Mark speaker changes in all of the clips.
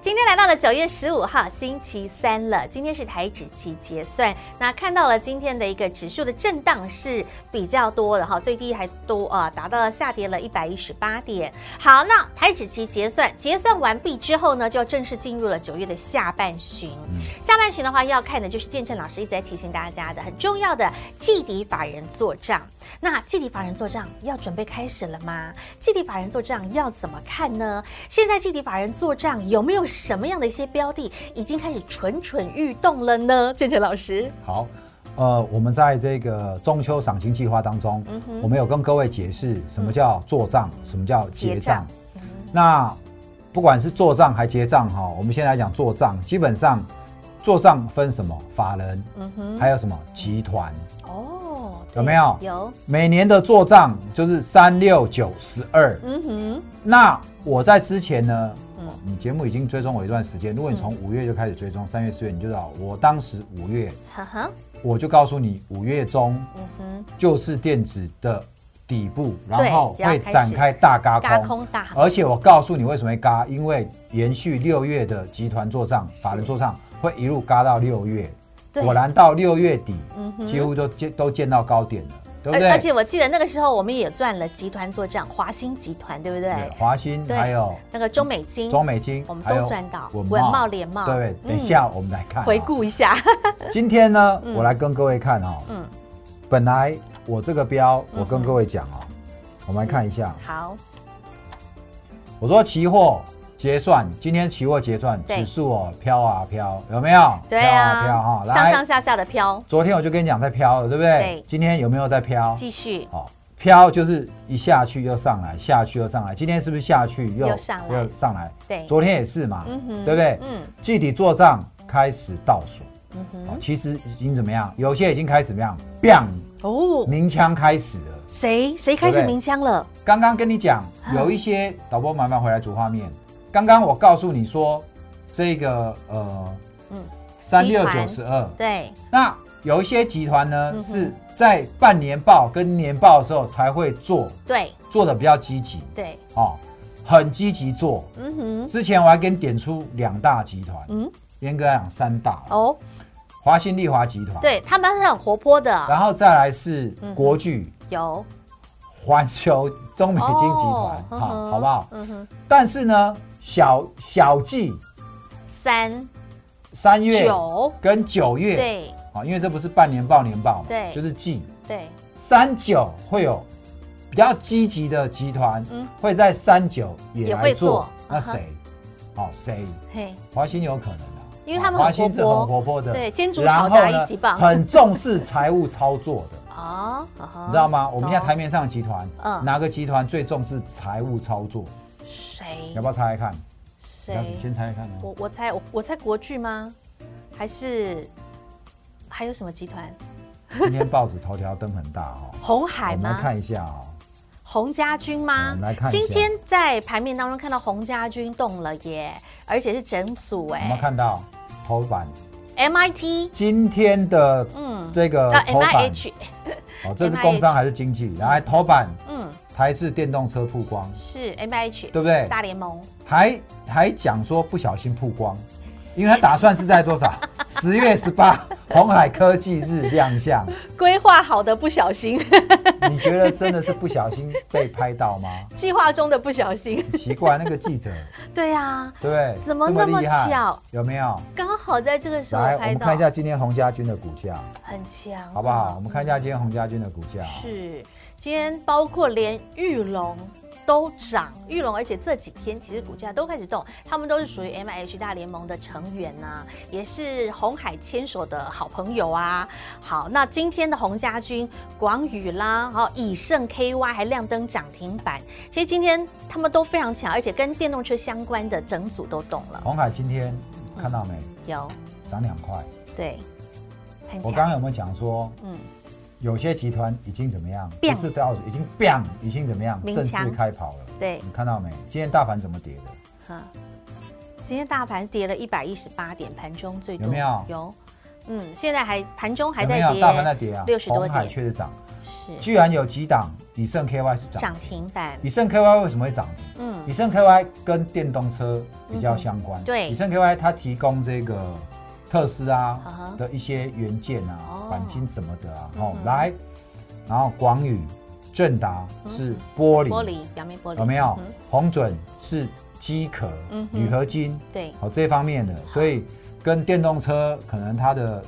Speaker 1: 今天来到了九月十五号星期三了，今天是台指期结算，那看到了今天的一个指数的震荡是比较多的哈，最低还多啊、呃，达到了下跌了一百一十八点。好，那台指期结算结算完毕之后呢，就正式进入了九月的下半旬。下半旬的话，要看的就是建证老师一直在提醒大家的很重要的季底法人做账。那季底法人做账要准备开始了吗？季底法人做账要怎么看呢？现在季底法人做账有没有？什么样的一些标的已经开始蠢蠢欲动了呢？建成老师，
Speaker 2: 好，呃，我们在这个中秋赏金计划当中，
Speaker 1: 嗯哼
Speaker 2: 我们有跟各位解释什么叫做账，什么叫结
Speaker 1: 结
Speaker 2: 账
Speaker 1: 账。
Speaker 2: 那不管是做账还结账哈，我们先来讲做账，基本上做账分什么法人，
Speaker 1: 嗯哼，
Speaker 2: 还有什么集团。
Speaker 1: 哦，
Speaker 2: 有没有
Speaker 1: 对有，
Speaker 2: 每年的做账就是三六九十二。
Speaker 1: 嗯哼，
Speaker 2: 那我在之前呢，
Speaker 1: 嗯
Speaker 2: 你节目已经追踪我一段时间，如果你从五月就开始追踪，三月、四月你就知道，我当时五月
Speaker 1: 哈哈，
Speaker 2: 我就告诉你，五月中
Speaker 1: 嗯哼，
Speaker 2: 就是电子的底部，然
Speaker 1: 对
Speaker 2: 后
Speaker 1: 要
Speaker 2: 会
Speaker 1: 开
Speaker 2: 展
Speaker 1: 始
Speaker 2: 开大嘎
Speaker 1: 嘎
Speaker 2: 空。
Speaker 1: 空大，
Speaker 2: 而且我告诉你为什么会嘎，因为延续六月的集团做账、法人
Speaker 1: 是
Speaker 2: 做账会一路嘎到六月，
Speaker 1: 对
Speaker 2: 果然到六月底
Speaker 1: 嗯哼
Speaker 2: 几乎都见都见到高点了，对
Speaker 1: 而
Speaker 2: 不
Speaker 1: 而
Speaker 2: 对？
Speaker 1: 且我记得那个时候我们也赚了集团做账，华兴集团，对不
Speaker 2: 对
Speaker 1: 对？
Speaker 2: 华兴
Speaker 1: 对
Speaker 2: 还有
Speaker 1: 那个中美金，
Speaker 2: 中美金
Speaker 1: 我们，
Speaker 2: 还
Speaker 1: 都
Speaker 2: 有
Speaker 1: 赚到
Speaker 2: 文
Speaker 1: 文
Speaker 2: 茂
Speaker 1: 茂、联茂，
Speaker 2: 对，
Speaker 1: 嗯
Speaker 2: 等一下我们来看啊
Speaker 1: 回。顾一 下，
Speaker 2: 今天呢，
Speaker 1: 嗯
Speaker 2: 我来跟各位看哦，
Speaker 1: 嗯，
Speaker 2: 本来我这个标，我
Speaker 1: 嗯
Speaker 2: 跟
Speaker 1: 哼
Speaker 2: 各位讲哦，我们来看一下，
Speaker 1: 好，
Speaker 2: 我说期货结算，今天期货结算
Speaker 1: 对
Speaker 2: 指数哦飘啊飘，有没有？
Speaker 1: 对
Speaker 2: 飘啊飘
Speaker 1: 啊
Speaker 2: 哈，，
Speaker 1: 上上
Speaker 2: 来，
Speaker 1: 下下的飘，
Speaker 2: 昨天我就跟你讲在飘了，对不对
Speaker 1: 对？
Speaker 2: 今天有没有在飘？
Speaker 1: 继续，
Speaker 2: 好，飘就是一下去又上来，下去又上来，今天是不是下去又
Speaker 1: 又上来
Speaker 2: 又上来？
Speaker 1: 对，
Speaker 2: 昨天也是嘛，
Speaker 1: 嗯哼
Speaker 2: 对不对？
Speaker 1: 嗯
Speaker 2: 具体做账开始倒数，
Speaker 1: 嗯
Speaker 2: 哦
Speaker 1: 哼，
Speaker 2: 其实已经怎么样？有些已经开始怎么样？砰，
Speaker 1: 哦，
Speaker 2: 鸣枪开始了。
Speaker 1: 谁谁开
Speaker 2: 对
Speaker 1: 始
Speaker 2: 不对
Speaker 1: 鸣枪了？
Speaker 2: 刚刚跟你讲，
Speaker 1: 嗯
Speaker 2: 有一些导播麻烦回来主画面。刚刚我告诉你说，这个呃，
Speaker 1: 嗯
Speaker 2: 嗯，三
Speaker 1: 集
Speaker 2: 六
Speaker 1: 团
Speaker 2: 九十二，
Speaker 1: 对，
Speaker 2: 那有一些集团呢、
Speaker 1: 嗯哼
Speaker 2: 是在半年报跟年报的时候才会做，
Speaker 1: 对
Speaker 2: 做的比较积极
Speaker 1: 对，
Speaker 2: 哦，很积极做。
Speaker 1: 嗯哼，
Speaker 2: 之前我还给你点出两大集团，
Speaker 1: 嗯
Speaker 2: 严格来讲三大，
Speaker 1: 哦，
Speaker 2: 华新丽华集团，，
Speaker 1: 对他们是很活泼的，
Speaker 2: 然后再来是
Speaker 1: 嗯哼
Speaker 2: 国巨、
Speaker 1: 有
Speaker 2: 环球、中美金集团，
Speaker 1: 哦
Speaker 2: 好、
Speaker 1: 嗯哼
Speaker 2: 好不好？
Speaker 1: 嗯哼，
Speaker 2: 但是呢，小小季
Speaker 1: 三
Speaker 2: 三月
Speaker 1: 九，
Speaker 2: 跟九月，
Speaker 1: 对
Speaker 2: 好、因为这不是半年报、年报嘛，
Speaker 1: 对
Speaker 2: 就是季
Speaker 1: 对，
Speaker 2: 三九会有比较积极的集团，
Speaker 1: 嗯
Speaker 2: 会在三九也
Speaker 1: 也
Speaker 2: 来
Speaker 1: 会
Speaker 2: 做
Speaker 1: 做，
Speaker 2: 那
Speaker 1: 嗯哼
Speaker 2: 谁？好、谁？
Speaker 1: 嘿，
Speaker 2: 华兴有可能啊，
Speaker 1: 因为他们
Speaker 2: 华
Speaker 1: 很
Speaker 2: 兴
Speaker 1: 活
Speaker 2: 是很
Speaker 1: 泼，
Speaker 2: 活泼的，
Speaker 1: 对煎煮
Speaker 2: 然
Speaker 1: 炒
Speaker 2: 后
Speaker 1: 炸
Speaker 2: 呢
Speaker 1: 一级棒
Speaker 2: 很重视财务操作的。
Speaker 1: 哦，你
Speaker 2: 你知道吗？我们现在台
Speaker 1: 面
Speaker 2: 面上的集团，
Speaker 1: 嗯
Speaker 2: 哪个集团最重视财务操作？
Speaker 1: 谁
Speaker 2: 要不要猜猜看？要
Speaker 1: 谁
Speaker 2: 你？先猜猜看啊！
Speaker 1: 我我猜我我猜国剧吗？还是还有什么集团？
Speaker 2: 今天报纸头条登很大哦，
Speaker 1: 红
Speaker 2: 我
Speaker 1: 海
Speaker 2: 们来
Speaker 1: 吗？
Speaker 2: 看一下哦。
Speaker 1: 洪家军
Speaker 2: 我
Speaker 1: 吗
Speaker 2: 们来看？一下
Speaker 1: 今天在盘面当中看到洪家军动了耶，而且是整组
Speaker 2: 我们
Speaker 1: 哎
Speaker 2: 看到头版，
Speaker 1: ，MIT，
Speaker 2: 今天的
Speaker 1: 嗯，
Speaker 2: 这个
Speaker 1: 啊
Speaker 2: 头版
Speaker 1: ，MIH，
Speaker 2: 哦，这是工商还是经济？然后头版
Speaker 1: 嗯，
Speaker 2: 台式电动车曝光，
Speaker 1: 是 MIH，
Speaker 2: 对不对？
Speaker 1: 大联盟
Speaker 2: 还还讲说不小心曝光，因为他打算是在 多少？十月十八，红海科技日亮相。
Speaker 1: 规划好的不小心，
Speaker 2: 你觉得真的是不小心被拍到吗？
Speaker 1: 计划中的不小心，
Speaker 2: 奇怪，那个记者
Speaker 1: 对啊，
Speaker 2: 对不对？
Speaker 1: 怎么
Speaker 2: 这
Speaker 1: 那么
Speaker 2: 厉害
Speaker 1: 巧？
Speaker 2: 有没有？
Speaker 1: 刚好在这个时候
Speaker 2: 来，我
Speaker 1: 拍
Speaker 2: 们
Speaker 1: 到，
Speaker 2: 看一下今天洪家军的股价，
Speaker 1: 很强，
Speaker 2: 好不啊好？我们看一下今天洪家军的股价。
Speaker 1: 是今天包括连玉龙都涨，玉龙，而且这几天其实股价都开始动，他们都是属于 M H 大联盟的成员呐、也是红海牵手的好朋友啊。好，那今天的洪家军、广宇啦，好以盛 K Y 还亮灯涨停板，其实今天他们都非常强，而且跟电动车相关的整组都动了，
Speaker 2: 红海今天看到没？
Speaker 1: 有
Speaker 2: 涨两块。
Speaker 1: 对，很
Speaker 2: 我
Speaker 1: 嗯强，
Speaker 2: 刚刚有没有讲说，
Speaker 1: 嗯，
Speaker 2: 有些集团已经怎么样？
Speaker 1: 变
Speaker 2: 不是到已经 bang，已经怎么样？
Speaker 1: 鸣
Speaker 2: 正式
Speaker 1: 枪
Speaker 2: 开跑了。
Speaker 1: 对，
Speaker 2: 你看到没？今天大盘怎么跌的？
Speaker 1: 哈，嗯今天大盘跌了一百一十八点，盘中最多
Speaker 2: 有没有
Speaker 1: 有嗯，现在还盘中还
Speaker 2: 有没
Speaker 1: 在
Speaker 2: 有
Speaker 1: 跌，
Speaker 2: 大盘在跌啊，
Speaker 1: 60多
Speaker 2: 红海
Speaker 1: 点
Speaker 2: 确实涨，
Speaker 1: 是
Speaker 2: 居然有几档以盛 KY 是涨
Speaker 1: 涨
Speaker 2: 停。
Speaker 1: 停板，
Speaker 2: 以盛 KY 为什么会涨停？
Speaker 1: 嗯，
Speaker 2: 以盛 KY 跟电动车比较相关。
Speaker 1: 嗯对
Speaker 2: 以盛 KY 它提供这个特斯拉
Speaker 1: 啊哈
Speaker 2: 的一些元件啊
Speaker 1: 哦、
Speaker 2: 钣金什么的啊，哦
Speaker 1: 嗯，哼
Speaker 2: 来，然后广宇、正达是
Speaker 1: 嗯
Speaker 2: 玻
Speaker 1: 玻
Speaker 2: 璃，
Speaker 1: 璃表面玻璃
Speaker 2: 有没有
Speaker 1: 嗯哼？
Speaker 2: 红准是机壳
Speaker 1: 嗯、哼
Speaker 2: 铝合金，
Speaker 1: 对，
Speaker 2: 哦这方面的，所以跟电动车可能它的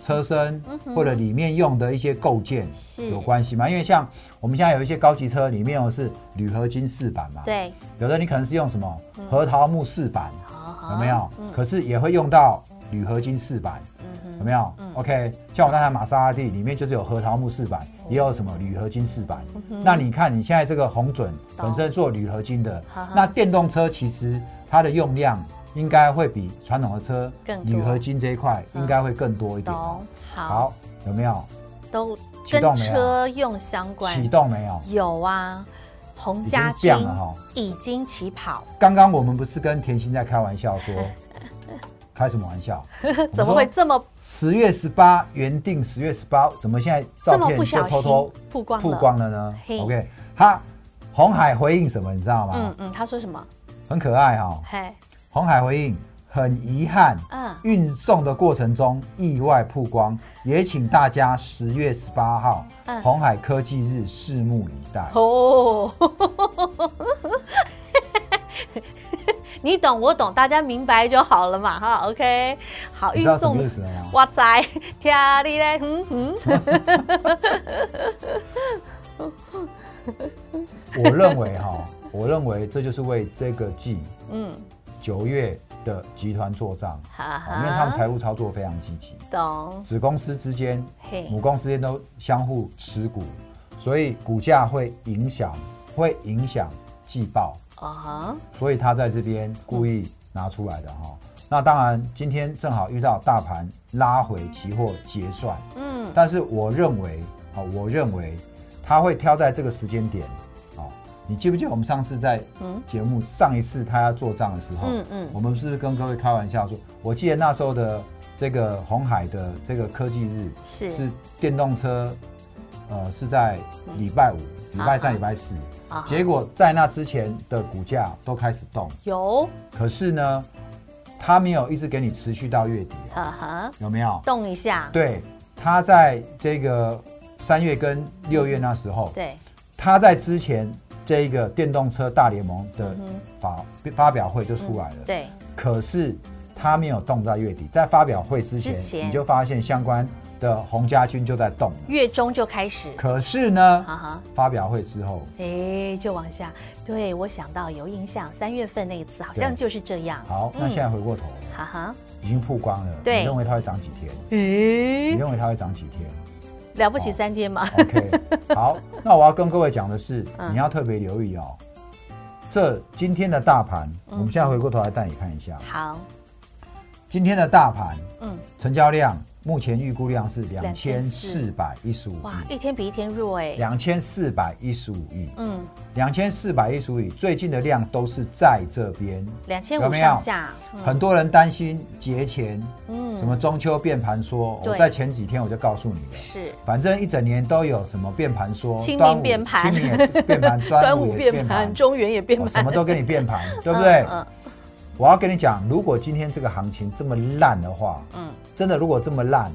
Speaker 2: 车身
Speaker 1: 嗯哼
Speaker 2: 或者里面用的一些构件
Speaker 1: 是
Speaker 2: 有关系嘛？因为像我们现在有一些高级车里面有是铝合金饰板嘛，，
Speaker 1: 对，
Speaker 2: 有的你可能是用什么核桃木饰板，
Speaker 1: 好好，
Speaker 2: 有没有？
Speaker 1: 嗯
Speaker 2: 可是也会用到铝合金饰板，
Speaker 1: 嗯哼
Speaker 2: 有没有
Speaker 1: 嗯
Speaker 2: ？OK，像我那台玛莎拉蒂里面就是有核桃木饰板，也有什么铝合金饰板。
Speaker 1: 哦嗯哼
Speaker 2: 那你看你现在这个红准
Speaker 1: 懂
Speaker 2: 本身做铝合金的
Speaker 1: 哈哈，
Speaker 2: 那电动车其实它的用量应该会比传统的车
Speaker 1: 更多嗯
Speaker 2: 铝合金这一块应该会更多一点。哦
Speaker 1: 懂好，
Speaker 2: 好，有没有
Speaker 1: 都
Speaker 2: 启
Speaker 1: 跟
Speaker 2: 动没有
Speaker 1: 车用相关
Speaker 2: 启，动没有？
Speaker 1: 有啊，洪
Speaker 2: 已经
Speaker 1: 家军
Speaker 2: 降了哈。
Speaker 1: 已经起跑，
Speaker 2: 刚刚我们不是跟甜心在开玩笑 说，开什么玩笑？
Speaker 1: 怎么会这么
Speaker 2: 十月十八原定十月十八，怎么现在
Speaker 1: 这
Speaker 2: 照
Speaker 1: 么不
Speaker 2: 片就
Speaker 1: 小
Speaker 2: 偷偷
Speaker 1: 心曝光了？
Speaker 2: 曝光了呢
Speaker 1: 嘿
Speaker 2: ？OK，他红海回应什么，你知道吗？
Speaker 1: 嗯嗯，他说什么？
Speaker 2: 很可爱哈、
Speaker 1: 嘿，
Speaker 2: 红海回应很遗憾，
Speaker 1: 嗯
Speaker 2: 运送的过程中意外曝光，也请大家十月十八号、
Speaker 1: 嗯
Speaker 2: 红海科技日拭目以待。
Speaker 1: 哦，你懂我懂，大家明白就好了嘛哈。OK，好，
Speaker 2: 你
Speaker 1: 运
Speaker 2: 知道什
Speaker 1: 送
Speaker 2: 么意思了吗？
Speaker 1: 哇塞，天啊你嘞，嗯嗯，
Speaker 2: 我认为哈、 我认为这就是为这个季
Speaker 1: 嗯，
Speaker 2: 九月的集团做账，哦
Speaker 1: 哈
Speaker 2: 因为他们
Speaker 1: 哈，
Speaker 2: 财务操作非常积极，
Speaker 1: 懂，
Speaker 2: 子公司之间、
Speaker 1: 嘿，
Speaker 2: 母公司之间都相互持股，所以股价会影响，会影响季报，
Speaker 1: 啊哈，
Speaker 2: 所以他在这边故意拿出来的哈、那当然，今天正好遇到大盘拉回，期货结算，
Speaker 1: 嗯，
Speaker 2: 但是我认为，好、我认为他会挑在这个时间点，哦，你记不记得我们上次在
Speaker 1: 嗯
Speaker 2: 节目上一次他要做账的时候，
Speaker 1: 嗯嗯
Speaker 2: 我们是不是跟各位开玩笑说，我记得那时候的这个红海的这个科技日
Speaker 1: 是
Speaker 2: 电动车，呃，是在礼拜五、礼拜三、
Speaker 1: 啊
Speaker 2: 礼拜四，
Speaker 1: 啊哈，
Speaker 2: 结果在那之前的股价都开始动，
Speaker 1: 有，
Speaker 2: 可是呢，它没有一直给你持续到月底，
Speaker 1: 啊哈，
Speaker 2: 有没有？
Speaker 1: 动一下，
Speaker 2: 对，他在这个三月跟六月那时候，
Speaker 1: 对，
Speaker 2: 他在之前这一个电动车大联盟的
Speaker 1: 嗯
Speaker 2: 发发表会就出来了，
Speaker 1: 对，
Speaker 2: 可是他没有动在月底，在发表会之前，
Speaker 1: 之前
Speaker 2: 你就发现相关的洪家军就在动了，
Speaker 1: 月中就开始，
Speaker 2: 可是呢，
Speaker 1: 哈哈。
Speaker 2: 发表会之后，
Speaker 1: 哎，就往下，对我想到有印象，三月份那一次好像
Speaker 2: 对
Speaker 1: 就是这样。
Speaker 2: 好，那
Speaker 1: 嗯
Speaker 2: 现在回过头了，
Speaker 1: 哈哈，
Speaker 2: 已经曝光了，
Speaker 1: 对
Speaker 2: 你认为它会涨几天？你哦
Speaker 1: 诶，
Speaker 2: 认为它会涨几天？
Speaker 1: 了不起三天嘛，
Speaker 2: OK，好，那我要跟各位讲的是，
Speaker 1: 嗯
Speaker 2: 你要特别留意哦。这今天的大盘，我们现在回过头来带你看一下
Speaker 1: 好，
Speaker 2: 今天的大盘
Speaker 1: 嗯，
Speaker 2: 成交量，目前预估量是两千四百一十五
Speaker 1: 哇，
Speaker 2: 亿，
Speaker 1: 一天比一天弱哎，
Speaker 2: 嗯两千四百一十五亿，
Speaker 1: 嗯，
Speaker 2: 两千四百一十五亿，最近的量都是在这边。
Speaker 1: 两千
Speaker 2: 有
Speaker 1: 五
Speaker 2: 没有
Speaker 1: 上下，嗯
Speaker 2: 很多人担心节前
Speaker 1: 嗯
Speaker 2: 什么中秋变盘说，
Speaker 1: 对
Speaker 2: 我在前几天我就告诉你了。
Speaker 1: 是
Speaker 2: 反正一整年都有什么变盘说，
Speaker 1: 清明
Speaker 2: 端午
Speaker 1: 变盘
Speaker 2: 清明也变盘，
Speaker 1: 端
Speaker 2: 端
Speaker 1: 午
Speaker 2: 午也
Speaker 1: 变
Speaker 2: 变
Speaker 1: 盘，
Speaker 2: 盘，
Speaker 1: 中原也变
Speaker 2: 我
Speaker 1: 盘，
Speaker 2: 什么都跟你 变盘，对不对？
Speaker 1: 嗯
Speaker 2: 我要跟你讲，如果今天这个行情这么烂的话，
Speaker 1: 嗯
Speaker 2: 真的如果这么烂，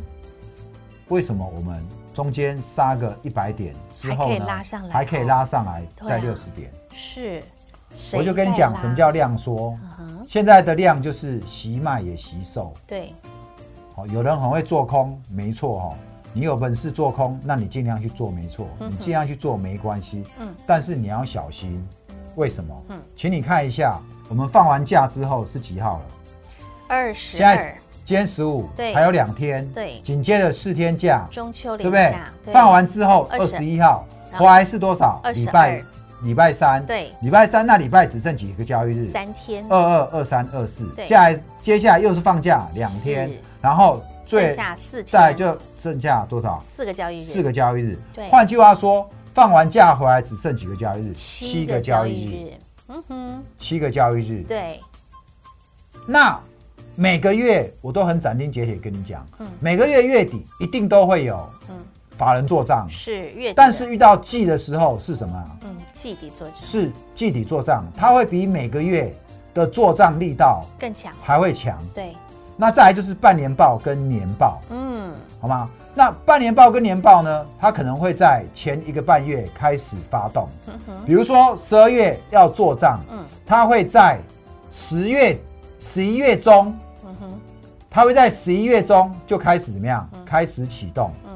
Speaker 2: 为什么我们中间杀个一百点之后
Speaker 1: 还可以
Speaker 2: 呢，
Speaker 1: 拉上来
Speaker 2: 还可以拉上来
Speaker 1: 对啊
Speaker 2: 再六十点？
Speaker 1: 嗯是，谁
Speaker 2: 我就跟你
Speaker 1: 在
Speaker 2: 讲
Speaker 1: 拉
Speaker 2: 什么叫量缩。
Speaker 1: 嗯哼
Speaker 2: 现在的量就是习卖也习售，
Speaker 1: 对，
Speaker 2: 哦，有人很会做空，没错哦。你有本事做空，那你尽量去做，没错，
Speaker 1: 嗯哼
Speaker 2: 你尽量去做没关系。
Speaker 1: 嗯
Speaker 2: 但是你要小心，为什么？
Speaker 1: 嗯
Speaker 2: 请你看一下，我们放完假之后是几号了？
Speaker 1: 二十
Speaker 2: 现在
Speaker 1: 二
Speaker 2: 今天十五，
Speaker 1: 对
Speaker 2: 还有两天，
Speaker 1: 对
Speaker 2: 紧接着四天假，
Speaker 1: 中秋
Speaker 2: 对不
Speaker 1: 连
Speaker 2: 对
Speaker 1: 假，？
Speaker 2: 放完之后
Speaker 1: 二
Speaker 2: 二
Speaker 1: 十
Speaker 2: 十一号，
Speaker 1: 然后
Speaker 2: 回来是多少？
Speaker 1: 22
Speaker 2: 礼拜礼拜三，
Speaker 1: 对
Speaker 2: 礼拜三那礼拜只剩几个交易日？
Speaker 1: 三天，
Speaker 2: 二二二三二四
Speaker 1: 对，
Speaker 2: 接下来接下来又是放假两天
Speaker 1: 是，
Speaker 2: 然后
Speaker 1: 剩
Speaker 2: 最
Speaker 1: 下四
Speaker 2: 再来
Speaker 1: 天，
Speaker 2: 就剩下多少？
Speaker 1: 四个交易日，
Speaker 2: 四个交易日
Speaker 1: 对。
Speaker 2: 换句话说，放完假回来只剩几个交易日？
Speaker 1: 七个交易，日。嗯哼，
Speaker 2: 七个交易日。
Speaker 1: 对，
Speaker 2: 那每个月我都很斩钉截铁跟你讲
Speaker 1: 嗯，
Speaker 2: 每个月月底一定都会有
Speaker 1: 嗯
Speaker 2: 法人做账，
Speaker 1: 是月底的，
Speaker 2: 但是遇到季的时候是什么啊？
Speaker 1: 嗯，季底做账
Speaker 2: 是季底做账，它会比每个月的做账力道
Speaker 1: 更强，
Speaker 2: 还会强。
Speaker 1: 对，
Speaker 2: 那再来就是半年报跟年报，
Speaker 1: 嗯，
Speaker 2: 好吗？那半年报跟年报呢，它可能会在前一个半月开始发动，
Speaker 1: 嗯哼，
Speaker 2: 比如说十二月要做账，
Speaker 1: 嗯
Speaker 2: 它会在十月、十一月中，
Speaker 1: 嗯哼，
Speaker 2: 它会在十一月中就开始怎么样？开始启动，
Speaker 1: 嗯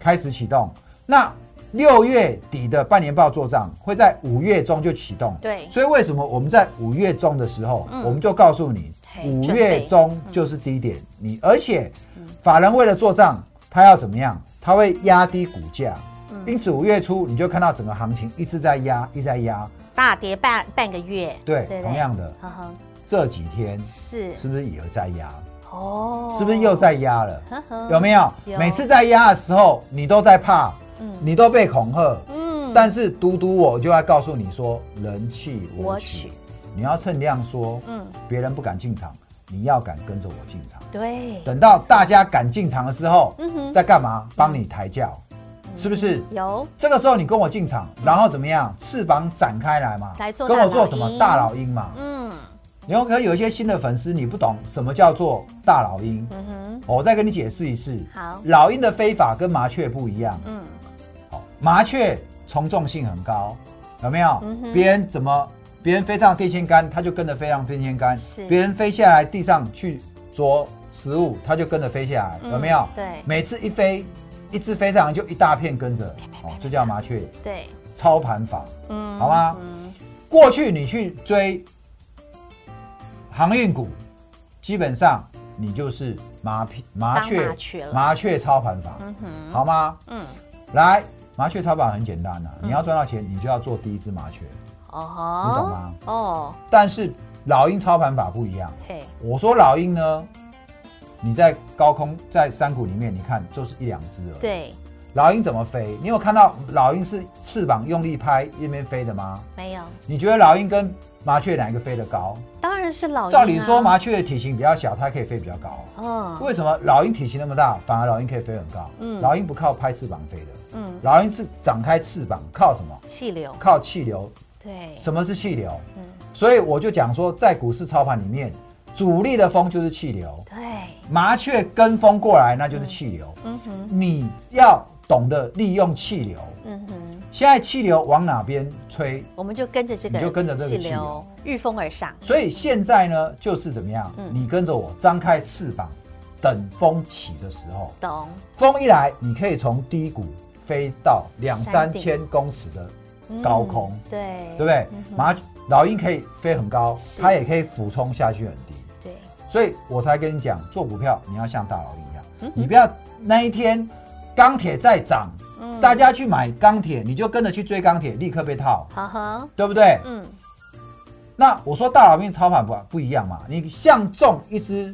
Speaker 2: 开始启动。那六月底的半年报做账会在五月中就启动，
Speaker 1: 对
Speaker 2: 所以为什么我们在五月中的时候，
Speaker 1: 嗯
Speaker 2: 我们就告诉你，
Speaker 1: 嘿
Speaker 2: 五
Speaker 1: 准
Speaker 2: 月
Speaker 1: 备嗯
Speaker 2: 中就是低点，你而且法人为了做账，他要怎么样？他会压低股价，
Speaker 1: 嗯
Speaker 2: 因此五月初你就看到整个行情一直在压，一直在压。
Speaker 1: 大跌半半个月，
Speaker 2: 对
Speaker 1: 不，
Speaker 2: 同，样的
Speaker 1: 嗯哼，
Speaker 2: 这几天
Speaker 1: 是
Speaker 2: 是不是也在压？
Speaker 1: 哦，
Speaker 2: 是不是又在压了？
Speaker 1: 呵呵？
Speaker 2: 有没有？
Speaker 1: 有
Speaker 2: 每次在压的时候，你都在怕，
Speaker 1: 嗯
Speaker 2: 你都被恐吓，
Speaker 1: 嗯，
Speaker 2: 但是独独我就要告诉你说，人气我
Speaker 1: 我
Speaker 2: 取
Speaker 1: 取，
Speaker 2: 你要趁量说，
Speaker 1: 嗯，
Speaker 2: 别人不敢进场，你要敢跟着我进场。
Speaker 1: 对，
Speaker 2: 等到大家敢进场的时候，
Speaker 1: 嗯哼嗯
Speaker 2: 在干嘛？帮你抬轿，是不是？
Speaker 1: 有
Speaker 2: 这个时候你跟我进场，然后怎么样？翅膀展开来嘛，
Speaker 1: 来做
Speaker 2: 跟
Speaker 1: 大
Speaker 2: 我
Speaker 1: 老
Speaker 2: 做什么
Speaker 1: 鹰
Speaker 2: 大老鹰嘛？
Speaker 1: 嗯
Speaker 2: 然后可能有一些新的粉丝你不懂什么叫做大老鹰，
Speaker 1: 嗯哼，
Speaker 2: 我再跟你解释一次。
Speaker 1: 好
Speaker 2: 老鹰的飞法跟麻雀不一样，
Speaker 1: 嗯
Speaker 2: 好麻雀从众性很高，有没有
Speaker 1: 嗯哼？
Speaker 2: 别人怎么别人飞上电线杆，它就跟着飞上电线杆
Speaker 1: 是；
Speaker 2: 别人飞下来地上去啄食物，它就跟着飞下来，
Speaker 1: 嗯
Speaker 2: 有没有？
Speaker 1: 对
Speaker 2: 每次一飞，一只飞上来就一大片跟着，哦，这叫麻雀
Speaker 1: 对，
Speaker 2: 操盘法。
Speaker 1: 嗯，
Speaker 2: 好吧
Speaker 1: 嗯
Speaker 2: 过去你去追航运股，基本上你就是麻屁麻
Speaker 1: 当
Speaker 2: 雀
Speaker 1: 麻雀了
Speaker 2: 麻雀操盘法，
Speaker 1: 嗯哼，
Speaker 2: 好吗？
Speaker 1: 嗯，
Speaker 2: 来，麻雀操盘很简单呐、啊你要赚到钱，你就要做第一只麻雀。
Speaker 1: 哦，
Speaker 2: 你懂吗？
Speaker 1: 哦，
Speaker 2: 但是老鹰操盘法不一样。
Speaker 1: 嘿，
Speaker 2: 我说老鹰呢，你在高空在山谷里面，你看就是一两只而已。
Speaker 1: 对，
Speaker 2: 老鹰怎么飞？你有看到老鹰是翅膀用力拍一边飞的吗？
Speaker 1: 没有，
Speaker 2: 你觉得老鹰跟麻雀哪一个飞得高？
Speaker 1: 当然是老鹰、啊。
Speaker 2: 照理说，麻雀的体型比较小，它可以飞比较高。啊
Speaker 1: 哦，
Speaker 2: 为什么老鹰体型那么大，反而老鹰可以飞很高？
Speaker 1: 嗯
Speaker 2: 老鹰不靠拍翅膀飞的，
Speaker 1: 嗯，
Speaker 2: 老鹰是展开翅膀，靠什么？
Speaker 1: 气流，
Speaker 2: 靠气流。
Speaker 1: 对，
Speaker 2: 什么是气流？
Speaker 1: 嗯，
Speaker 2: 所以我就讲说，在股市操盘里面，主力的风就是气流，
Speaker 1: 对，
Speaker 2: 麻雀跟风过来那就是气流。
Speaker 1: 嗯哼，
Speaker 2: 你要懂得利用气流。
Speaker 1: 嗯哼，
Speaker 2: 现在气流往哪边吹？
Speaker 1: 我们就跟着这个
Speaker 2: 你就跟着这个
Speaker 1: 气
Speaker 2: 气
Speaker 1: 流
Speaker 2: 流，
Speaker 1: 御风而上。
Speaker 2: 所以现在呢，就是怎么样？
Speaker 1: 嗯
Speaker 2: 你跟着我张开翅膀，等风起的时候，
Speaker 1: 懂，
Speaker 2: 风一来，你可以从低谷飞到两
Speaker 1: 山
Speaker 2: 三
Speaker 1: 顶
Speaker 2: 千公尺的
Speaker 1: 嗯
Speaker 2: 高空，
Speaker 1: 对，
Speaker 2: 对不对？麻老鹰可以飞很高，
Speaker 1: 是
Speaker 2: 它也可以俯冲下去很低，
Speaker 1: 对？
Speaker 2: 所以我才跟你讲，做股票你要像大老鹰一样，你不要那一天钢铁在涨，
Speaker 1: 嗯
Speaker 2: 大家去买钢铁，你就跟着去追钢铁，立刻被套，
Speaker 1: 好好，
Speaker 2: 对不对？
Speaker 1: 嗯，
Speaker 2: 那我说大老鹰操盘不不一样嘛，你相中一只，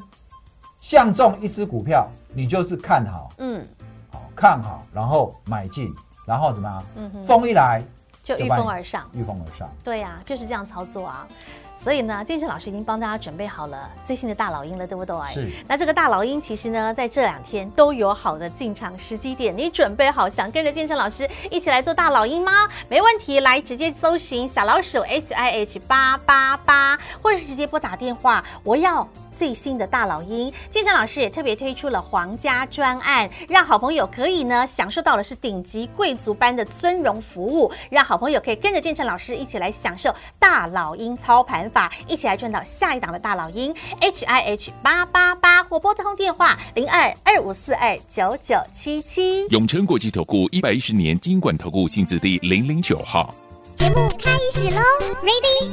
Speaker 2: 相中一只股票，你就是看好，
Speaker 1: 嗯
Speaker 2: 好看好，然后买进，然后怎么样？
Speaker 1: 嗯哼，
Speaker 2: 风一来，
Speaker 1: 就
Speaker 2: 就
Speaker 1: 御
Speaker 2: 把你
Speaker 1: 风而上。
Speaker 2: 御风而上。
Speaker 1: 对呀、就是这样操作啊。所以呢，建设老师已经帮大家准备好了最新的大老鹰了，对不对？
Speaker 2: 是。
Speaker 1: 那这个大老鹰其实呢，在这两天都有好的进场时机点，你准备好想跟着建设老师一起来做大老鹰吗？没问题，来直接搜寻小老鼠 H I H 八八八，或者是直接拨打电话，我要最新的大老鹰。建设老师也特别推出了皇家专案，让好朋友可以呢享受到的是顶级贵族般的尊荣服务，让好朋友可以跟着建成老师一起来享受大老鹰操盘法，一起来赚到下一档的大老鹰 H I H 八八八或拨通电话零二二五四二九九七七。
Speaker 3: 永诚国际投顾一百一十年金管投顾新字第零零九号。
Speaker 4: 金
Speaker 3: 节目开始喽，Ready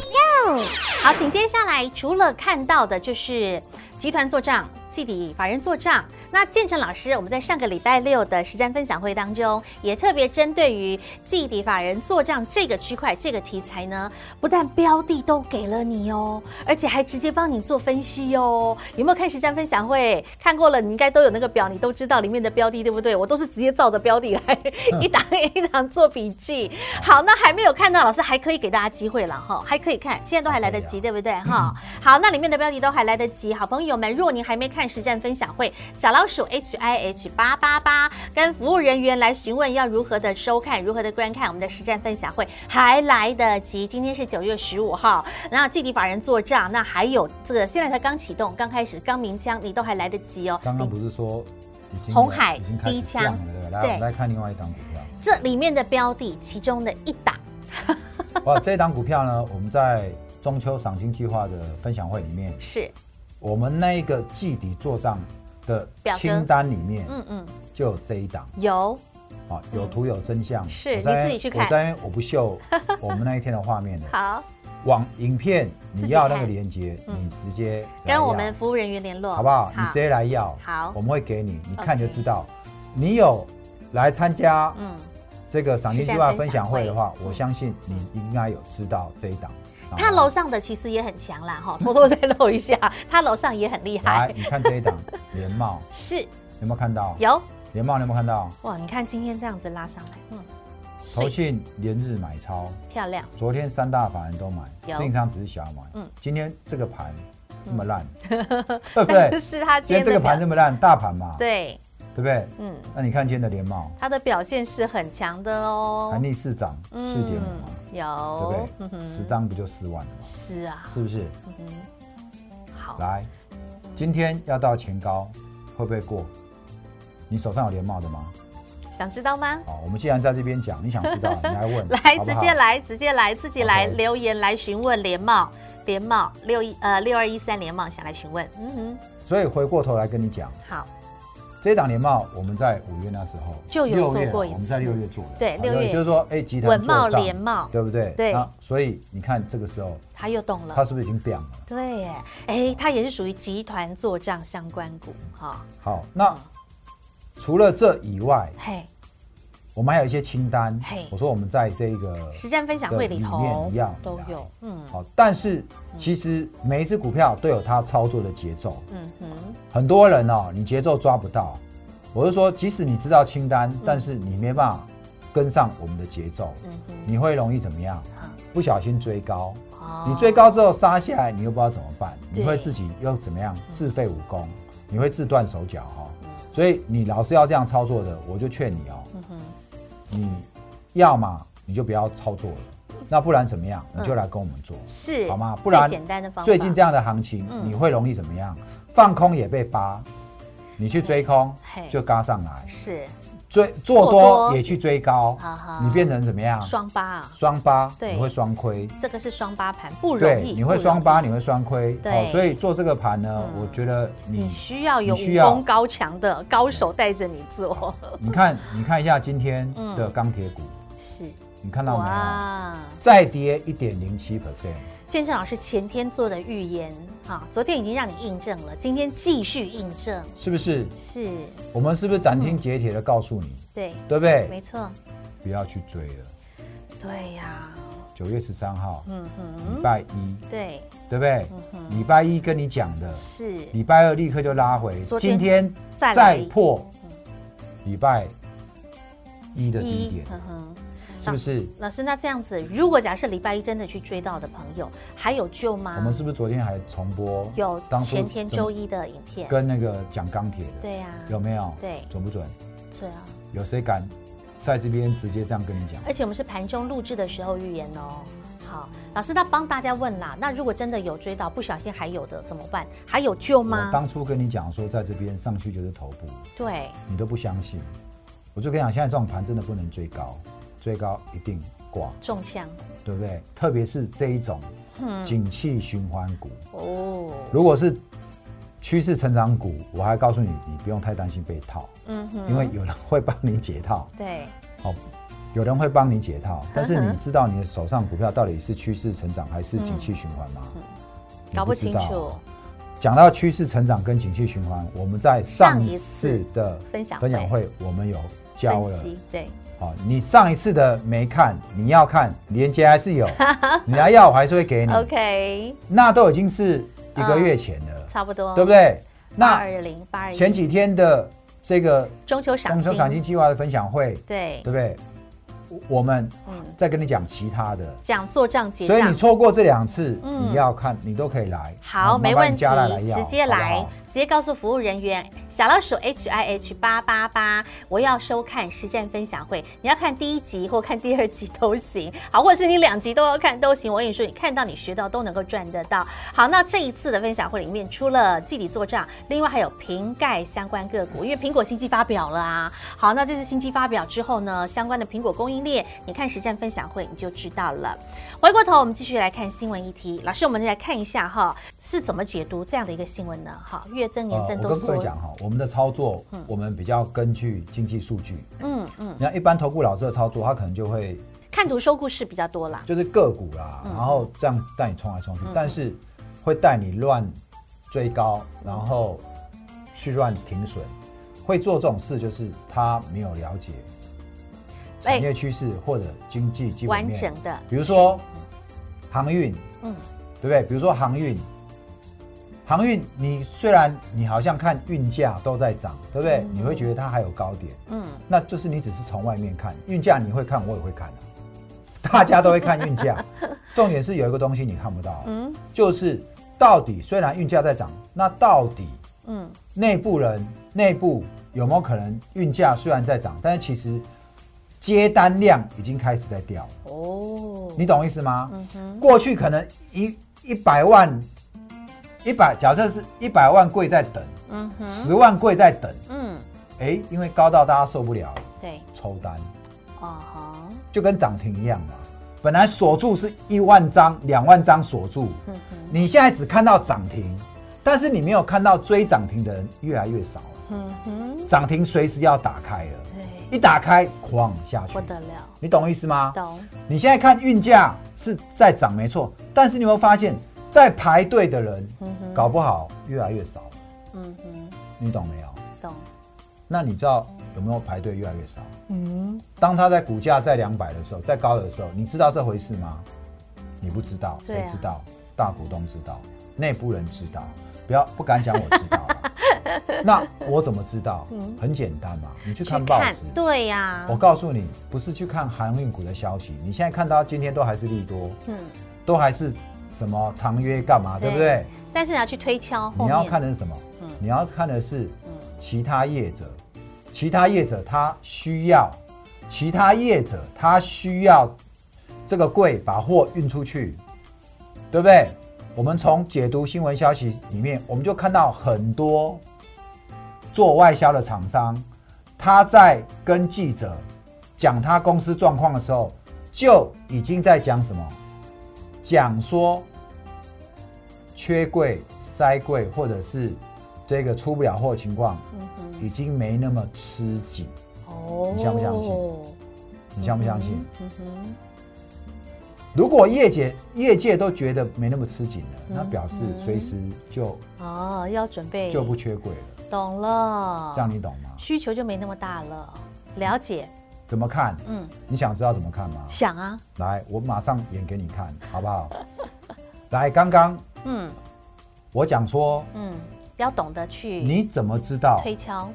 Speaker 3: Go！
Speaker 1: 好，紧接下来除了看到的就是集团做账、季底法人做账。那建成老师，我们在上个礼拜六的实战分享会当中，也特别针对于季底法人做账这个区块、这个题材呢，不但标的都给了你哦，而且还直接帮你做分析哦。有没有看实战分享会？看过了，你应该都有那个表，你都知道里面的标的，对不对？我都是直接照着标的来 一档一档做笔记。好，那还没有看到，老师还可以给大家机会了哈，还可以看，现在都还来得
Speaker 2: 啊
Speaker 1: 及，对不对哈？好，那里面的标题都还来得及。好朋友们，如果您还没看实战分享会，小老鼠 H I H 八八八跟服务人员来询问要如何的收看、如何的观看我们的实战分享会，还来得及。今天是九月十五号，那季底法人做账，那还有这个现在才刚启动，刚开始刚鸣枪，你都还来得及哦。
Speaker 2: 刚刚不是说已经
Speaker 1: 红海
Speaker 2: 已经开始
Speaker 1: 第一枪
Speaker 2: 降了，对不对？来，
Speaker 1: 对
Speaker 2: 我们来看另外一档股票。
Speaker 1: 这里面的标的其中的一档，
Speaker 2: 哇，这档股票呢，我们在中秋赏金计划的分享会里面，
Speaker 1: 是，
Speaker 2: 我们那一个季底做账的
Speaker 1: 表格
Speaker 2: 清单里面
Speaker 1: 嗯嗯，
Speaker 2: 就有这一档。
Speaker 1: 有
Speaker 2: 啊，有图有真相，
Speaker 1: 是
Speaker 2: 我在
Speaker 1: 你自己去看
Speaker 2: 我在那边我不秀我们那一天的画面的，
Speaker 1: 好，
Speaker 2: 网影片
Speaker 1: 自
Speaker 2: 你
Speaker 1: 己
Speaker 2: 要那
Speaker 1: 看
Speaker 2: 个链接，
Speaker 1: 嗯
Speaker 2: 你直接来
Speaker 1: 跟我
Speaker 2: 要
Speaker 1: 们服务人员联络，
Speaker 2: 好不好？你直接来要，
Speaker 1: 好
Speaker 2: 我们会给你，你看就
Speaker 1: OK
Speaker 2: 知道。你有来参加
Speaker 1: 嗯。
Speaker 2: 这个赏金计划分享会的话
Speaker 1: 实战分享，会
Speaker 2: 我相信你应该有知道这一档。
Speaker 1: 他楼上的其实也很强啦，哈， 偷偷再露一下，他楼上也很厉
Speaker 2: 来
Speaker 1: 害，，
Speaker 2: 你看这一档联 茂
Speaker 1: 是
Speaker 2: 有没有看到？
Speaker 1: 有
Speaker 2: 联茂你有没有看到？
Speaker 1: 哇！你看今天这样子拉上来，嗯，
Speaker 2: 投
Speaker 1: 水
Speaker 2: 信连日买超，
Speaker 1: 漂亮，
Speaker 2: 昨天三大法人都买，
Speaker 1: 有
Speaker 2: 自营商只是小买。
Speaker 1: 嗯
Speaker 2: 今天这个盘这么烂， 对不
Speaker 1: 但
Speaker 2: 对？
Speaker 1: 是他今
Speaker 2: 今天
Speaker 1: 天
Speaker 2: 这
Speaker 1: 的
Speaker 2: 个盘
Speaker 1: 表
Speaker 2: 这么烂，大盘嘛，对
Speaker 1: 对，
Speaker 2: 不对？
Speaker 1: 嗯，
Speaker 2: 那你看今天的联茂，
Speaker 1: 他的表现是很强的哦
Speaker 2: 还，逆市涨
Speaker 1: 嗯
Speaker 2: 四点五嘛，
Speaker 1: 有
Speaker 2: 对，不
Speaker 1: 嗯
Speaker 2: 对？
Speaker 1: 哼
Speaker 2: 十张不就四万了吗？
Speaker 1: 是啊，
Speaker 2: 是不是？
Speaker 1: 嗯哼，好，
Speaker 2: 来，今天要到前高，会不会过？你手上有联茂的吗？
Speaker 1: 想知道吗？
Speaker 2: 好，我们既然在这边讲，你想 知道，你来问，
Speaker 1: 来，
Speaker 2: 好不
Speaker 1: 直
Speaker 2: 好
Speaker 1: 接。来，直接来，自己来
Speaker 2: OK
Speaker 1: 留言来询问联茂，联茂六一呃六二一三联茂想来询问，嗯
Speaker 2: 所以回过头来跟你讲，
Speaker 1: 哼，好，
Speaker 2: 这档联茂我们在五月那时候
Speaker 1: 就有
Speaker 2: 六
Speaker 1: 做
Speaker 2: 月啊
Speaker 1: 过一次
Speaker 2: 我们在六月做的，
Speaker 1: 对
Speaker 2: 好
Speaker 1: 六月
Speaker 2: 也就是说，哎，集团
Speaker 1: 稳茂
Speaker 2: 做账
Speaker 1: 联茂
Speaker 2: 对不对？
Speaker 1: 对
Speaker 2: 那所以你看这个时候，
Speaker 1: 他又动了
Speaker 2: 它。是不是已经变了？
Speaker 1: 对耶，哎，它也是属于集团做账相关股哈、
Speaker 2: 好，那除了这以外，
Speaker 1: 嘿，
Speaker 2: 我们还有一些清单
Speaker 1: 嘿。
Speaker 2: 我说我们在这个
Speaker 1: 实战分享会里
Speaker 2: 的里
Speaker 1: 头
Speaker 2: 面一样
Speaker 1: 都有，嗯
Speaker 2: 好，但是其实每一只股票都有它操作的节奏。
Speaker 1: 嗯哼，
Speaker 2: 很多人哦，你节奏抓不到。我是说，即使你知道清单，但是你没办法跟上我们的节奏，
Speaker 1: 嗯哼，
Speaker 2: 你会容易怎么样？不小心追高，
Speaker 1: 啊哦
Speaker 2: 你追高之后杀下来，你又不知道怎么办，
Speaker 1: 对嗯
Speaker 2: 你会自己又怎么样自废武功，你会自断手脚哈、所以你老是要这样操作的，我就劝你哦，
Speaker 1: 嗯
Speaker 2: 你要嘛你就不要操作了，
Speaker 1: 嗯
Speaker 2: 那不然怎么样？你就来跟我们做，
Speaker 1: 是
Speaker 2: 好吗？不然
Speaker 1: 最简单的嗯方法，
Speaker 2: 最近这
Speaker 1: 样，
Speaker 2: 样的行情，
Speaker 1: 嗯
Speaker 2: 你会容易怎么样？放空也被扒，你去追空
Speaker 1: 嗯嘿
Speaker 2: 就嘎上来，
Speaker 1: 是
Speaker 2: 追做
Speaker 1: 做
Speaker 2: 多
Speaker 1: 多
Speaker 2: 也去追高
Speaker 1: 啊哈，
Speaker 2: 你变成怎么样？
Speaker 1: 双八啊，
Speaker 2: 双八，
Speaker 1: 对
Speaker 2: 你会双亏。
Speaker 1: 这个是双八盘，不容
Speaker 2: 对，
Speaker 1: 易，
Speaker 2: 你会
Speaker 1: 不容易
Speaker 2: 双八，你会双亏，哦
Speaker 1: 对嗯
Speaker 2: 所以做这个盘呢，我觉得
Speaker 1: 你
Speaker 2: 你，
Speaker 1: 需要有
Speaker 2: 你需
Speaker 1: 武
Speaker 2: 要
Speaker 1: 功高强的高手带着你做，
Speaker 2: 你看，你看一下今天
Speaker 1: 嗯
Speaker 2: 的钢铁股，
Speaker 1: 是
Speaker 2: 你看到没有？
Speaker 1: 哇，
Speaker 2: 再跌一点零七 percent，
Speaker 1: 健身老师前天做的预言啊，昨天已经让你印证了，今天继续印证，
Speaker 2: 是不是？
Speaker 1: 是
Speaker 2: 我们是不是斩钉截铁的告诉你，
Speaker 1: 对，
Speaker 2: 对不对？
Speaker 1: 嗯没错，
Speaker 2: 不要去追了。
Speaker 1: 对呀、
Speaker 2: 九月十三号，
Speaker 1: 嗯哼。嗯
Speaker 2: 礼拜一，
Speaker 1: 对，
Speaker 2: 对不对？礼拜一跟你讲的，
Speaker 1: 是
Speaker 2: 礼拜二立刻就拉回，
Speaker 1: 昨天
Speaker 2: 今天
Speaker 1: 再来
Speaker 2: 再破礼拜一的低点，
Speaker 1: 嗯哼。
Speaker 2: 是不是？
Speaker 1: 老师，那这样子，如果假设礼拜一真的去追到的朋友，还有救吗？
Speaker 2: 我们是不是昨天还重播？
Speaker 1: 有
Speaker 2: 当初
Speaker 1: 前天
Speaker 2: 怎
Speaker 1: 周一的影片，
Speaker 2: 跟那个讲钢铁的，
Speaker 1: 对呀、
Speaker 2: 有没有？
Speaker 1: 对
Speaker 2: 准不准？
Speaker 1: 对啊，
Speaker 2: 有谁敢在这边直接这样跟你讲？
Speaker 1: 而且我们是盘中录制的时候预言哦。好，老师，那帮大家问啦，那如果真的有追到，不小心还有的怎么办？还有救
Speaker 2: 我
Speaker 1: 吗？
Speaker 2: 当初跟你讲说，在这边上去就是头部，
Speaker 1: 对，
Speaker 2: 你都不相信。我就跟你讲，现在这种盘真的不能追高，追高一定挂，
Speaker 1: 中枪
Speaker 2: 对不对？特别是这一种
Speaker 1: 嗯
Speaker 2: 景气循环股，
Speaker 1: 哦，
Speaker 2: 如果是趋势成长股，我还告诉你，你不用太担心被套，
Speaker 1: 嗯哼，
Speaker 2: 因为有人会帮你解套。
Speaker 1: 对，
Speaker 2: 好，哦有人会帮你解套，但
Speaker 1: 嗯
Speaker 2: 是你知道你的手上股票到底是趋势成长还是景气循环吗？你
Speaker 1: 嗯搞不
Speaker 2: 知
Speaker 1: 清
Speaker 2: 道哦
Speaker 1: 楚。
Speaker 2: 讲到趋势成长跟景气循环，我们在上
Speaker 1: 上
Speaker 2: 一
Speaker 1: 一
Speaker 2: 次
Speaker 1: 次
Speaker 2: 的
Speaker 1: 分享会
Speaker 2: 分享会我们有教
Speaker 1: 分
Speaker 2: 了。
Speaker 1: 析对，
Speaker 2: 好，你上一次的没看，你要看连接还是 有，你来要我还是会给你。
Speaker 1: OK，
Speaker 2: 那都已经是一个月前了，
Speaker 1: 差不多，
Speaker 2: 对不？对？
Speaker 1: 八
Speaker 2: 那
Speaker 1: 二零八二
Speaker 2: 前几天的这个
Speaker 1: 中秋赏
Speaker 2: 中秋
Speaker 1: 金，
Speaker 2: 赏金计划的分享会，
Speaker 1: 对
Speaker 2: 对，不对？我我们
Speaker 1: 嗯，
Speaker 2: 再跟你讲其他的，
Speaker 1: 讲做账结
Speaker 2: 所以
Speaker 1: 账
Speaker 2: 你。错过这两次，
Speaker 1: 嗯
Speaker 2: 你要看你都可以来。
Speaker 1: 好，
Speaker 2: 麻
Speaker 1: 没
Speaker 2: 烦
Speaker 1: 问
Speaker 2: 你
Speaker 1: 题
Speaker 2: 加赖来，要
Speaker 1: 直接来，
Speaker 2: 好不好
Speaker 1: 直接告诉服务人员，小老鼠 H I H 八八八，我要收看实战分享会。你要看第一集或看第二集都行，好，或者是你两集都要看都行。我跟你说，你看到你学到都能够赚得到。好，那这一次的分享会里面，除了季底做账，另外还有瓶盖相关个股，因为苹果新机发表了啊。好，那这次新机发表之后呢，相关的苹果供应链，你看实战分享会你就知道了。回过头，我们继续来看新闻议题。老师，我们来看一下哈，是怎么解读这样的一个新闻呢？哈，月增年
Speaker 2: 呃
Speaker 1: 增
Speaker 2: 我
Speaker 1: 都
Speaker 2: 跟各
Speaker 1: 缩，
Speaker 2: 位讲哈，我们的操作，我们比较根据经济数据。
Speaker 1: 嗯嗯，
Speaker 2: 那一般投顾老师的操作，他可能就会
Speaker 1: 看图说故事比较多啦。
Speaker 2: 就是个股啦，
Speaker 1: 嗯
Speaker 2: 然后这样带你冲来冲去，但是会带你乱追高，
Speaker 1: 嗯
Speaker 2: 然后去乱停损。会做这种事，就是他没有了解
Speaker 1: 哎
Speaker 2: 产业趋势或者经济基本
Speaker 1: 完
Speaker 2: 面。
Speaker 1: 整的，
Speaker 2: 比如说航运，
Speaker 1: 嗯
Speaker 2: 对不对？比如说航运，航运你虽然你好像看运价都在涨，对不对？你会觉得它还有高点，
Speaker 1: 嗯，
Speaker 2: 那就是你只是从外面看运价，你会看，我也会看、啊、大家都会看 运价。重点是有一个东西你看不到，啊
Speaker 1: 嗯
Speaker 2: 就是到底虽然运价在涨，那到底
Speaker 1: 嗯，
Speaker 2: 内部人内部有没有可能运价虽然在涨，但是其实接单量已经开始在掉了？
Speaker 1: 哦，
Speaker 2: 你懂意思吗？
Speaker 1: 嗯哼，
Speaker 2: 过去可能一一百万，一百假设是一百万贵在等，
Speaker 1: 嗯哼，
Speaker 2: 十、万贵在等，
Speaker 1: 嗯，
Speaker 2: 哎、因为高到大家受不了，
Speaker 1: 对，
Speaker 2: 抽单
Speaker 1: 哦哈，
Speaker 2: 就跟涨停一样的，本来锁住是一万张、两万张锁住，
Speaker 1: 嗯哼，
Speaker 2: 你现在只看到涨停，但是你没有看到追涨停的人越来越少了，
Speaker 1: 嗯哼，
Speaker 2: 涨停随时要打开了，
Speaker 1: 对，
Speaker 2: 一打开哐下去
Speaker 1: 不，得了，
Speaker 2: 你懂意思吗？
Speaker 1: 懂，
Speaker 2: 你现在看运价是在涨没错，但是你有没有发现，在排队的人
Speaker 1: 嗯哼，
Speaker 2: 搞不好越来越少了？
Speaker 1: 嗯哼，
Speaker 2: 你懂没有？
Speaker 1: 懂，
Speaker 2: 那你知道有没有排队越来越少？
Speaker 1: 嗯，
Speaker 2: 当它在股价在两百的时候，在高的时候，你知道这回事吗？你不知道，
Speaker 1: 对
Speaker 2: 谁
Speaker 1: 啊
Speaker 2: 知道？大股东知道，内部人知道，不要不敢讲我知道 啊。那我怎么知道？很简单嘛，你去看报纸。
Speaker 1: 嗯对啊呀
Speaker 2: 我，告诉你，不是去看航运股的消息，你现在看到今天都还是利多，
Speaker 1: 嗯，
Speaker 2: 都还是什么长约干嘛，对不对？？
Speaker 1: 但是你要去推敲后
Speaker 2: 你要
Speaker 1: 面，
Speaker 2: 看的是什么？
Speaker 1: 嗯
Speaker 2: 你要看的是
Speaker 1: 嗯
Speaker 2: 其他业者，其他业者他需要，其他业者他需要这个柜把货运出去，对不对？我们从解读新闻消息里面，我们就看到很多做外销的厂商，他在跟记者讲他公司状况的时候，就已经在讲什么，讲说缺柜、塞柜，或者是这个出不了货的情况，
Speaker 1: 嗯哼，
Speaker 2: 已经没那么吃紧。
Speaker 1: 哦
Speaker 2: 你相不相信？你相不相信？？
Speaker 1: 嗯哼，
Speaker 2: 如果业界业界都觉得没那么吃紧了，
Speaker 1: 嗯
Speaker 2: 那表示随时就
Speaker 1: 哦，要准备
Speaker 2: 就不缺柜了。
Speaker 1: 懂了，
Speaker 2: 这样你懂吗？
Speaker 1: 需求就没那么大了。了解，
Speaker 2: 怎么看？
Speaker 1: 嗯，
Speaker 2: 你想知道怎么看吗？
Speaker 1: 想啊，
Speaker 2: 来，我马上演给你看，好 不好？来，刚刚
Speaker 1: 嗯
Speaker 2: 我讲说，
Speaker 1: 嗯，要懂得去
Speaker 2: 你怎么知道
Speaker 1: 推敲，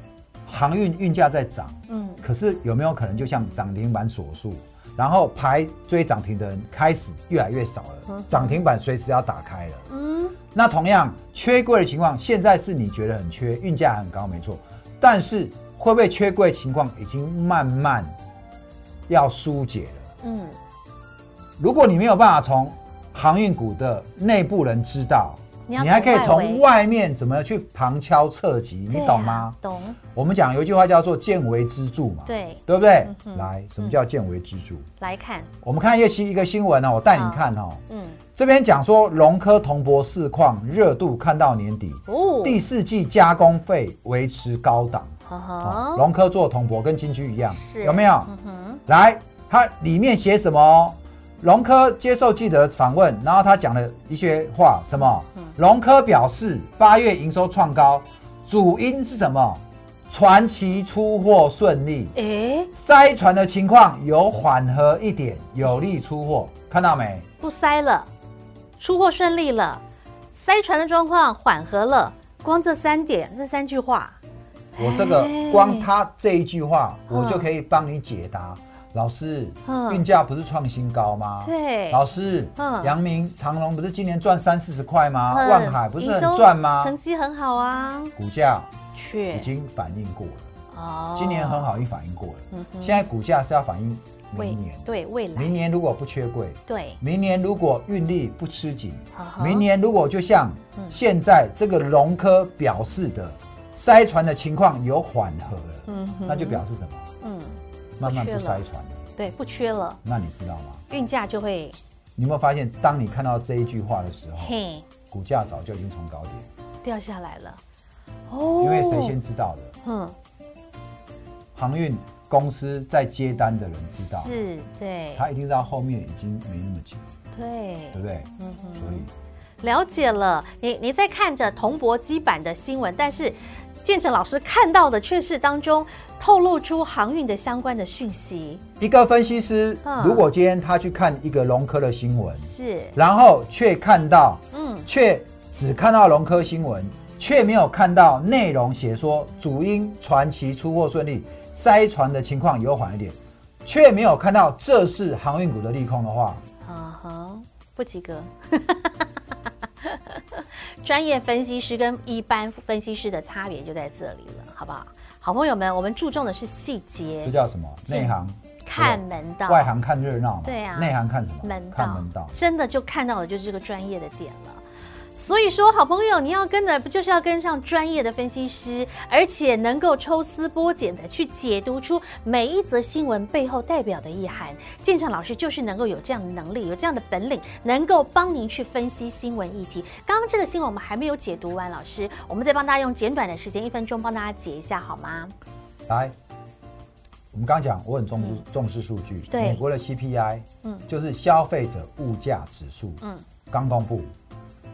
Speaker 2: 航运运价在涨？
Speaker 1: 嗯
Speaker 2: 可是有没有可能就像涨停板所述，然后排追涨停的人开始越来越少了
Speaker 1: 嗯，
Speaker 2: 涨停板随时要打开了。
Speaker 1: 嗯
Speaker 2: 那同样缺柜的情况，现在是你觉得很缺，运价很高，没错，但是会不会缺柜的情况已经慢慢要疏解了？
Speaker 1: 嗯，
Speaker 2: 如果你没有办法从航运股的内部人知道，
Speaker 1: 你要从
Speaker 2: 还可以
Speaker 1: 外
Speaker 2: 从
Speaker 1: 围
Speaker 2: 外面怎么去旁敲侧击，你
Speaker 1: 对啊
Speaker 2: 懂吗？？
Speaker 1: 懂，
Speaker 2: 我们讲有一句话叫做“见微知著”嘛，
Speaker 1: 对，
Speaker 2: 对不对
Speaker 1: 嗯？哼
Speaker 2: 来，什么叫见微知著？
Speaker 1: 来看，
Speaker 2: 我们看一个新一个新闻哦，我带你看哦。
Speaker 1: 嗯
Speaker 2: 这边讲说，龙科铜箔市况热度看到年底，
Speaker 1: 哦，
Speaker 2: 第四季加工费维持高档。
Speaker 1: 呵
Speaker 2: 哦
Speaker 1: 呵，
Speaker 2: 龙科做铜箔跟金居一样，
Speaker 1: 是
Speaker 2: 有没有？
Speaker 1: 嗯哼，
Speaker 2: 来，它里面写什么哦？龙科接受记者访问，然后他讲了一些话，什么？
Speaker 1: 嗯
Speaker 2: 龙科表示八月营收创高，主因是什么？传奇出货顺利，
Speaker 1: 哎，
Speaker 2: 塞船的情况有缓和一点，有利出货，看到没？
Speaker 1: 不塞了，出货顺利了，塞船的状况缓和了，光这三点，这三句话，
Speaker 2: 啊我这个
Speaker 1: 哎
Speaker 2: 光他这一句话，
Speaker 1: 嗯
Speaker 2: 我就可以帮你解答。老师
Speaker 1: 嗯，
Speaker 2: 运价不是创新高吗？
Speaker 1: 对
Speaker 2: 老师
Speaker 1: 嗯，
Speaker 2: 阳明、长隆不是今年赚三四十块吗？
Speaker 1: 嗯
Speaker 2: 啊万海不是
Speaker 1: 营收
Speaker 2: 很赚吗？
Speaker 1: 成绩很好啊，
Speaker 2: 股价
Speaker 1: 确
Speaker 2: 已经反映过了，
Speaker 1: 哦
Speaker 2: 今年很，好，已经反映过了
Speaker 1: 嗯。哼
Speaker 2: 现在股价是要反映
Speaker 1: 未
Speaker 2: 明年，
Speaker 1: 对未来
Speaker 2: 明年如果不缺柜，
Speaker 1: 对
Speaker 2: 明年如果运力不吃紧
Speaker 1: 啊哈，
Speaker 2: 明年如果就像
Speaker 1: 嗯
Speaker 2: 现在这个龙科表示的，塞船的情况有缓和
Speaker 1: 嗯
Speaker 2: 了
Speaker 1: 哼，
Speaker 2: 那就表示什么？
Speaker 1: 嗯
Speaker 2: 慢慢
Speaker 1: 不
Speaker 2: 不
Speaker 1: 缺了
Speaker 2: 塞船了。
Speaker 1: 对不缺了，
Speaker 2: 那你知道吗？
Speaker 1: 运价就会
Speaker 2: 你有没有发现，当你看到这一句话的时候，
Speaker 1: 嘿
Speaker 2: 股价早就已经从高点，
Speaker 1: 掉下来了，哦，
Speaker 2: 因为谁先知道的？
Speaker 1: 嗯
Speaker 2: 航运公司在接单的人知道，
Speaker 1: 是对
Speaker 2: 他一定知道后面已经没那么紧，
Speaker 1: 对
Speaker 2: 对不对？
Speaker 1: 嗯哼
Speaker 2: 所以
Speaker 1: 了解了，你你在看着铜箔基板的新闻，但是建成老师看到的却是当中透露出航运的相关的讯息，
Speaker 2: 一个分析师
Speaker 1: 嗯
Speaker 2: 如果今天他去看一个龙科的新闻，
Speaker 1: 是，
Speaker 2: 然后却看到，
Speaker 1: 嗯，
Speaker 2: 却只看到龙科新闻，却没有看到内容写说主因传奇出货顺利，塞船的情况有缓一点，却没有看到这是航运股的利空的话，
Speaker 1: 啊哈，不及格。 专业分析师跟一般分析师的差别就在这里了，好不好？好朋友们，我们注重的是细
Speaker 2: 这
Speaker 1: 节，
Speaker 2: 叫什么？
Speaker 1: 见
Speaker 2: 内行
Speaker 1: 看门道，
Speaker 2: 外行看热闹嘛，
Speaker 1: 对啊
Speaker 2: 内行看什么？
Speaker 1: 门道，
Speaker 2: 看门道。
Speaker 1: 真的就看到的就是这个专业的点了。所以说，好朋友，你要跟的不就是要跟上专业的分析师，而且能够抽丝剥茧的去解读出每一则新闻背后代表的意涵。建成老师就是能够有这样的能力，有这样的本领，能够帮您去分析新闻议题。刚刚这个新闻我们还没有解读完，老师，我们再帮大家用简短的时间，一分钟帮大家解一下好吗？
Speaker 2: 来，我们刚刚讲，我很重视、重视数据。
Speaker 1: 嗯对
Speaker 2: 美国的 CPI，
Speaker 1: 嗯
Speaker 2: 嗯，就是消费者物价指数，
Speaker 1: 嗯
Speaker 2: 嗯，刚公布。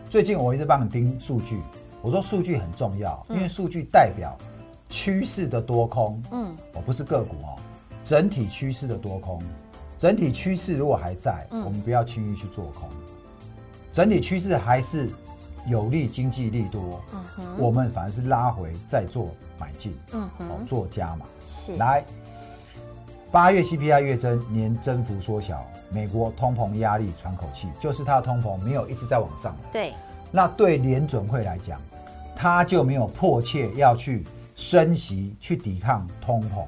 Speaker 2: 最近我一直帮你盯数据，我说数据很重要，因为数据代表趋势的多空。
Speaker 1: 嗯，
Speaker 2: 我不是个股哦，整体趋势的多空，整体趋势如果还在，
Speaker 1: 嗯
Speaker 2: 我们不要轻易去做空。整体趋势还是有利经济利多，
Speaker 1: 嗯哼，
Speaker 2: 我们反而是拉回再做买进，
Speaker 1: 嗯
Speaker 2: 哦
Speaker 1: 哼，，
Speaker 2: 做加码。
Speaker 1: 是，
Speaker 2: 来，八月 CPI 月增，年增幅缩小，美国通膨压力喘口气，就是它的通膨没有一直在往上了。
Speaker 1: 对，
Speaker 2: 那对联准会来讲，它就没有迫切要去升息去抵抗通膨，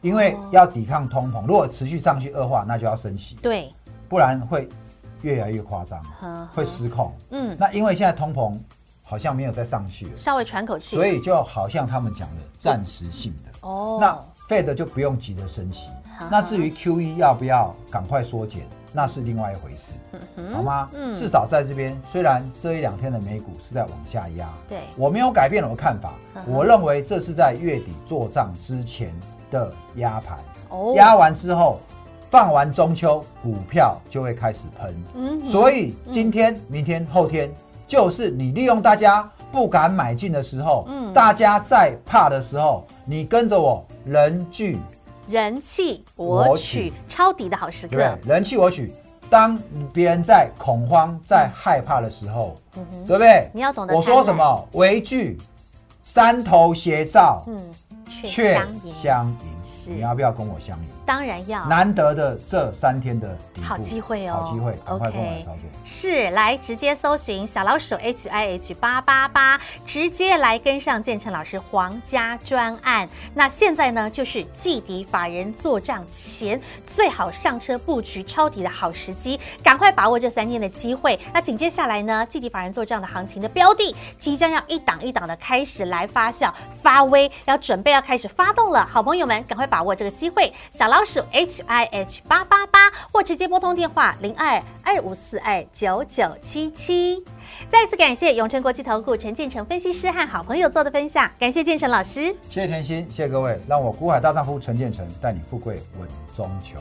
Speaker 2: 因为
Speaker 1: 哦
Speaker 2: 要抵抗通膨，如果持续上去恶化，那就要升息，
Speaker 1: 对，
Speaker 2: 不然会越来越夸张，
Speaker 1: 呵
Speaker 2: 会失控。
Speaker 1: 嗯，
Speaker 2: 那因为现在通膨好像没有再上去了，
Speaker 1: 稍微喘口气，
Speaker 2: 所以就好像他们讲的暂时性的。
Speaker 1: 哦，
Speaker 2: 那 Fed 就不用急着升息
Speaker 1: 好。
Speaker 2: 那至于 QE 要不要赶快缩减，那是另外一回事，好吗？
Speaker 1: 嗯
Speaker 2: 至少在这边，虽然这一两天的美股是在往下压，
Speaker 1: 对
Speaker 2: 我没有改变我的看法
Speaker 1: 嗯，哼
Speaker 2: 我认为这是在月底做账之前的压盘，
Speaker 1: 哦
Speaker 2: 压完之后。放完中秋，股票就会开始喷。
Speaker 1: 嗯哼
Speaker 2: 所以今天、明天、后天，就是你利用大家不敢买进的时候，
Speaker 1: 嗯
Speaker 2: 大家在怕的时候，你跟着我，人聚
Speaker 1: 人气我
Speaker 2: 我
Speaker 1: 取
Speaker 2: 取
Speaker 1: 抄底的好时
Speaker 2: 对
Speaker 1: 刻
Speaker 2: 不，对？人气我取。当别人在恐慌、在害怕的时候，对不对？
Speaker 1: 嗯你要懂得
Speaker 2: 我
Speaker 1: 看
Speaker 2: 说
Speaker 1: 待
Speaker 2: 什么？为惧，山头斜照，
Speaker 1: 嗯，却
Speaker 2: 却
Speaker 1: 相迎，
Speaker 2: 相
Speaker 1: 是
Speaker 2: 迎。你要不要跟我相迎？
Speaker 1: 当然要。
Speaker 2: 难得的这三天的底部
Speaker 1: 好机会哦
Speaker 2: 好机会，赶快跟我来
Speaker 1: OK
Speaker 2: 操作。
Speaker 1: 是来直接搜寻小老鼠 H I H 八八八，直接来跟上建成老师皇家专案。那现在呢，就是季底法人做账前最好上车布局抄底的好时机，赶快把握这三天的机会。那紧接下来呢，季底法人做账的行情的标的即将要一档一档的开始来发酵发威，要准备要开始发动了。好朋友们，赶快把握这个机会，小老鼠 H I H 八八八，或直接拨通电话零二二五四二九九七七。再次感谢永诚国际投顾陈建成分析师和好朋友做的分享，感谢建成老师。
Speaker 2: 谢谢甜心，谢谢各位，让我股海大丈夫陈建成带你富贵稳中求。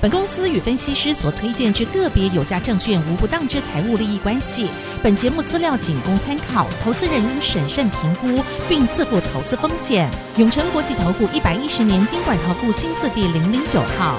Speaker 4: 本公司与分析师所推荐之个别有价证券无不当之财务利益关系。本节目资料仅供参考，投资人应审慎评估并自负投资风险。永诚国际投顾一百一十年经管投顾新字第零零九号。